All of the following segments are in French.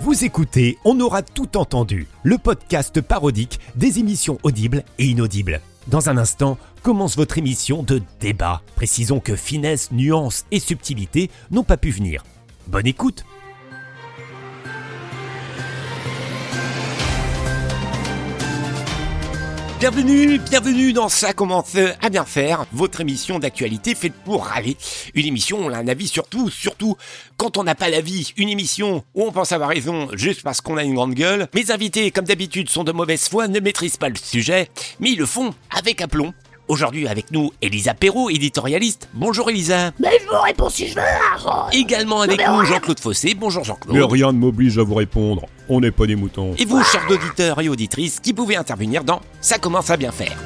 Vous écoutez On aura tout entendu, le podcast parodique des émissions audibles et inaudibles. Dans un instant, commence votre émission de débat. Précisons que finesse, nuance et subtilité n'ont pas pu venir. Bonne écoute Bienvenue, bienvenue dans Ça commence à bien faire, votre émission d'actualité faite pour râler. Une émission où on a un avis sur tout, surtout quand on n'a pas d'avis. Une émission où on pense avoir raison juste parce qu'on a une grande gueule. Mes invités, comme d'habitude, sont de mauvaise foi, ne maîtrisent pas le sujet, mais ils le font avec aplomb. Aujourd'hui avec nous, Elisa Perrault, éditorialiste. Bonjour Elisa. Mais je vous réponds si je veux. arrête. Également avec nous, Jean-Claude Fossé. Bonjour Mais Jean-Claude. rien ne m'oblige à vous répondre. On n'est pas des moutons. Et vous, chers auditeurs et auditrices, qui pouvez intervenir dans Ça commence à bien faire.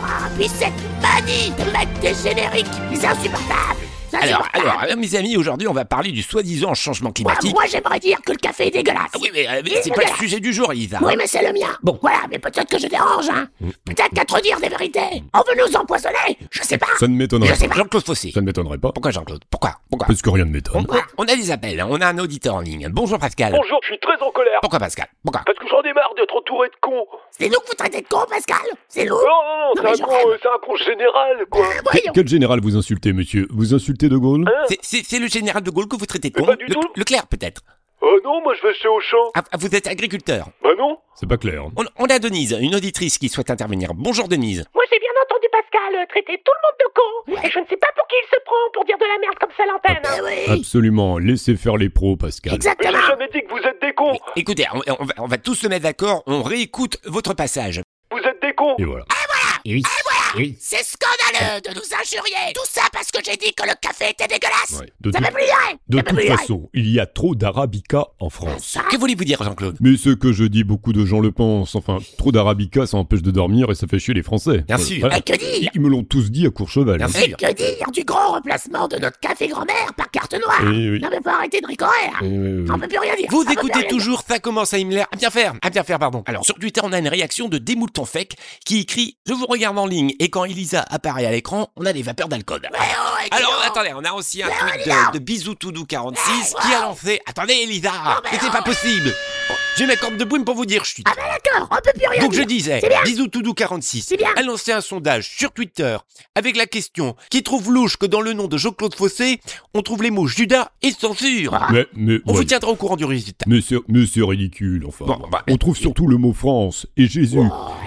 Ah, puis cette manie de mettre des génériques, c'est insupportable. C'est Alors, insupportable. alors, euh, mes amis, aujourd'hui, on va parler du soi-disant changement Ah, climatique. moi j'aimerais dire que le café est dégueulasse. Ah oui, mais, euh, mais c'est pas le sujet du jour, Elisa. Oui, mais c'est le mien. Bon, voilà, mais peut-être que je dérange, hein. Peut-être qu'à trop dire des vérités, on veut nous empoisonner. Je sais pas. Ça ne m'étonnerait Je sais pas. pas. Jean-Claude Fossé. Ça ne m'étonnerait pas. Pourquoi Jean-Claude Pourquoi Pourquoi Parce que rien ne on, m'étonne. on- on a des appels, hein, on a un auditeur en ligne. Bonjour Pascal. Bonjour, je suis très en colère. Pourquoi Pascal Pourquoi Parce que j'en ai marre d'être entouré de cons. Oh, C'est nous que vous traitez de con, Pascal. C'est nous. Non, non, non, mais c'est je un con, rêve. euh, c'est un con général, quoi. Euh, Oh, Voyons. Euh. Quel général vous insultez, monsieur Vous insultez De Gaulle C'est- C'est c'est le général de Gaulle que vous traitez de Euh. Mais con pas du Le- tout. Leclerc peut-être Oh non, moi je vais chez Auchan. Ah, ah, Vous êtes agriculteur. Bah non. C'est pas clair. hein. On, on a Denise, une auditrice qui souhaite intervenir. Bonjour Denise. Moi j'ai bien entendu Pascal euh, traiter tout le monde de con et je ne sais pas pour qui il se prend pour dire de la merde comme ça à l'antenne. hein. Eh oui, Absolument. Laissez faire les pros, Pascal. Mais j'ai exactement. jamais dit que vous êtes des cons. Écoutez, on, on va, on va tous se mettre d'accord, on réécoute votre passage. Vous êtes des cons. Et voilà. C'est scandaleux de nous injurier. Tout ça parce que j'ai dit que le café était dégueulasse. Ouais. De, Ah, Ça tout- m'épuiserait. de Ça toute m'épuiserait. façon, il y a trop d'arabica en France. Ça, Que voulez-vous dire Jean-Claude Mais ce que je dis, beaucoup de gens le pensent. Enfin, trop d'arabica, ça empêche de dormir et ça fait chier les Français. Bien Voilà. sûr. Voilà. mais que dire Ils me l'ont tous dit à Courchevel. Bien Et sûr. que dire du grand remplacement de notre café grand-mère par carte noire Eh oui. Non mais faut arrêter de rigoler là Eh oui, oui, oui. On peut plus rien dire Euh, Vous On peut plus écoutez rien toujours Ça commence à Himmler. À bien faire, à bien faire, pardon. Alors, sur Twitter, on a une réaction de Démoulton Fec qui écrit Je vous regarde en ligne et quand Elisa apparaît à l'écran, on a des vapeurs d'alcool. dire. Eh oh, et dis Alors, donc, attendez, on a aussi un Mais tweet Elisa de, de Bisoutoudou46 qui a lancé Attendez, Elisa, mais mais c'est oh. pas possible J'ai ma corde de brume pour vous dire, je suis. Ah bah d'accord, on peut plus rien Donc je dire disais, C'est bien. Bisoutoudou46 C'est bien. a lancé un sondage sur Twitter avec la question qui trouve louche que dans le nom de Jean-Claude Fossé, on trouve les mots Judas et censure. Mais, mais, On ouais. vous tiendra au courant du résultat. Mais c'est, mais c'est ridicule, enfin. Bon, bah, on trouve surtout le mot France et Jésus.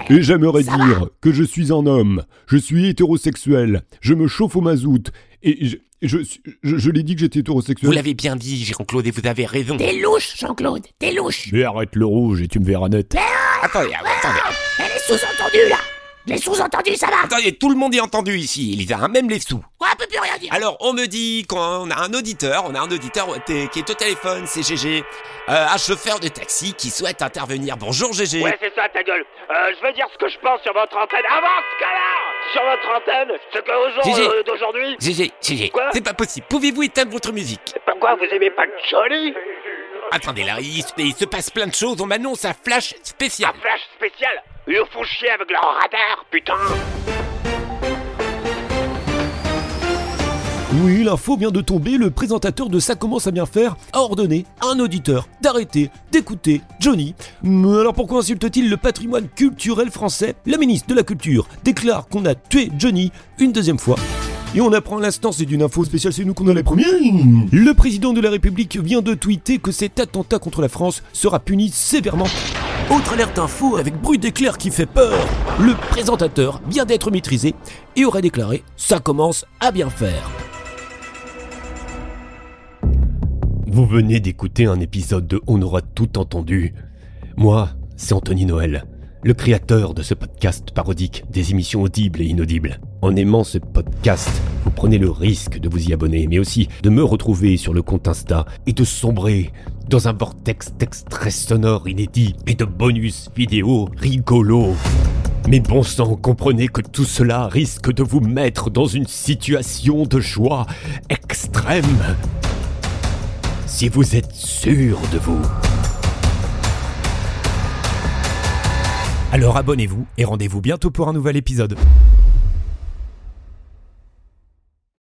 et j'aimerais dire que je suis un homme, je suis hétérosexuel, je me chauffe au mazout, et je, je, je- je l'ai dit que j'étais Vous hétérosexuel. l'avez bien dit, Jean-Claude, et vous avez raison. T'es louche, Jean-Claude, t'es louche Mais arrête le rouge et tu me verras net. Attendez, attendez. hein. Elle est sous-entendue là Les sous-entendus, ça va Attendez, tout le monde est entendu ici, Elisa, hein, même les sous. Ouais, On peut plus rien dire Alors, on me dit qu'on a un auditeur, on a un auditeur t- qui est au téléphone, c'est GG, euh, un chauffeur de taxi qui souhaite intervenir. Bonjour GG. Ouais, c'est ça, ta gueule. Euh, je vais dire ce que je pense sur votre antenne. Avance, connard Sur votre antenne, ce que aux Gigi. gens euh, d'aujourd'hui. GG, GG, Quoi c'est pas possible. Pouvez-vous éteindre votre musique Pourquoi vous aimez pas Johnny Attendez, là, il, se- il se passe plein de choses, on m'annonce un flash spécial. Flash spécial. Ils nous font chier avec leur radar, putain. Oui, l'info vient de tomber, le présentateur de Ça commence à bien faire a ordonné à un auditeur d'arrêter d'écouter Johnny. Mais alors pourquoi insulte-t-il le patrimoine culturel français La ministre de la Culture déclare qu'on a tué Johnny une deuxième fois. Et on apprend à l'instant, c'est d'une info spéciale, c'est nous qu'on a les premiers. Le président de la République vient de tweeter que cet attentat contre la France sera puni sévèrement. Autre alerte info avec bruit d'éclair qui fait peur. Le présentateur vient d'être maîtrisé et aurait déclaré Ça commence à bien faire. Vous venez d'écouter un épisode de On aura tout entendu. Moi, c'est Anthony Noël, le créateur de ce podcast parodique des émissions audibles et inaudibles. En aimant ce podcast, vous prenez le risque de vous y abonner, mais aussi de me retrouver sur le compte Insta et de sombrer dans un vortex d'extraits sonores inédits et de bonus vidéos rigolos. Mais bon sang, comprenez que tout cela risque de vous mettre dans une situation de joie extrême si vous êtes sûr de vous. Alors abonnez-vous et rendez-vous bientôt pour un nouvel épisode.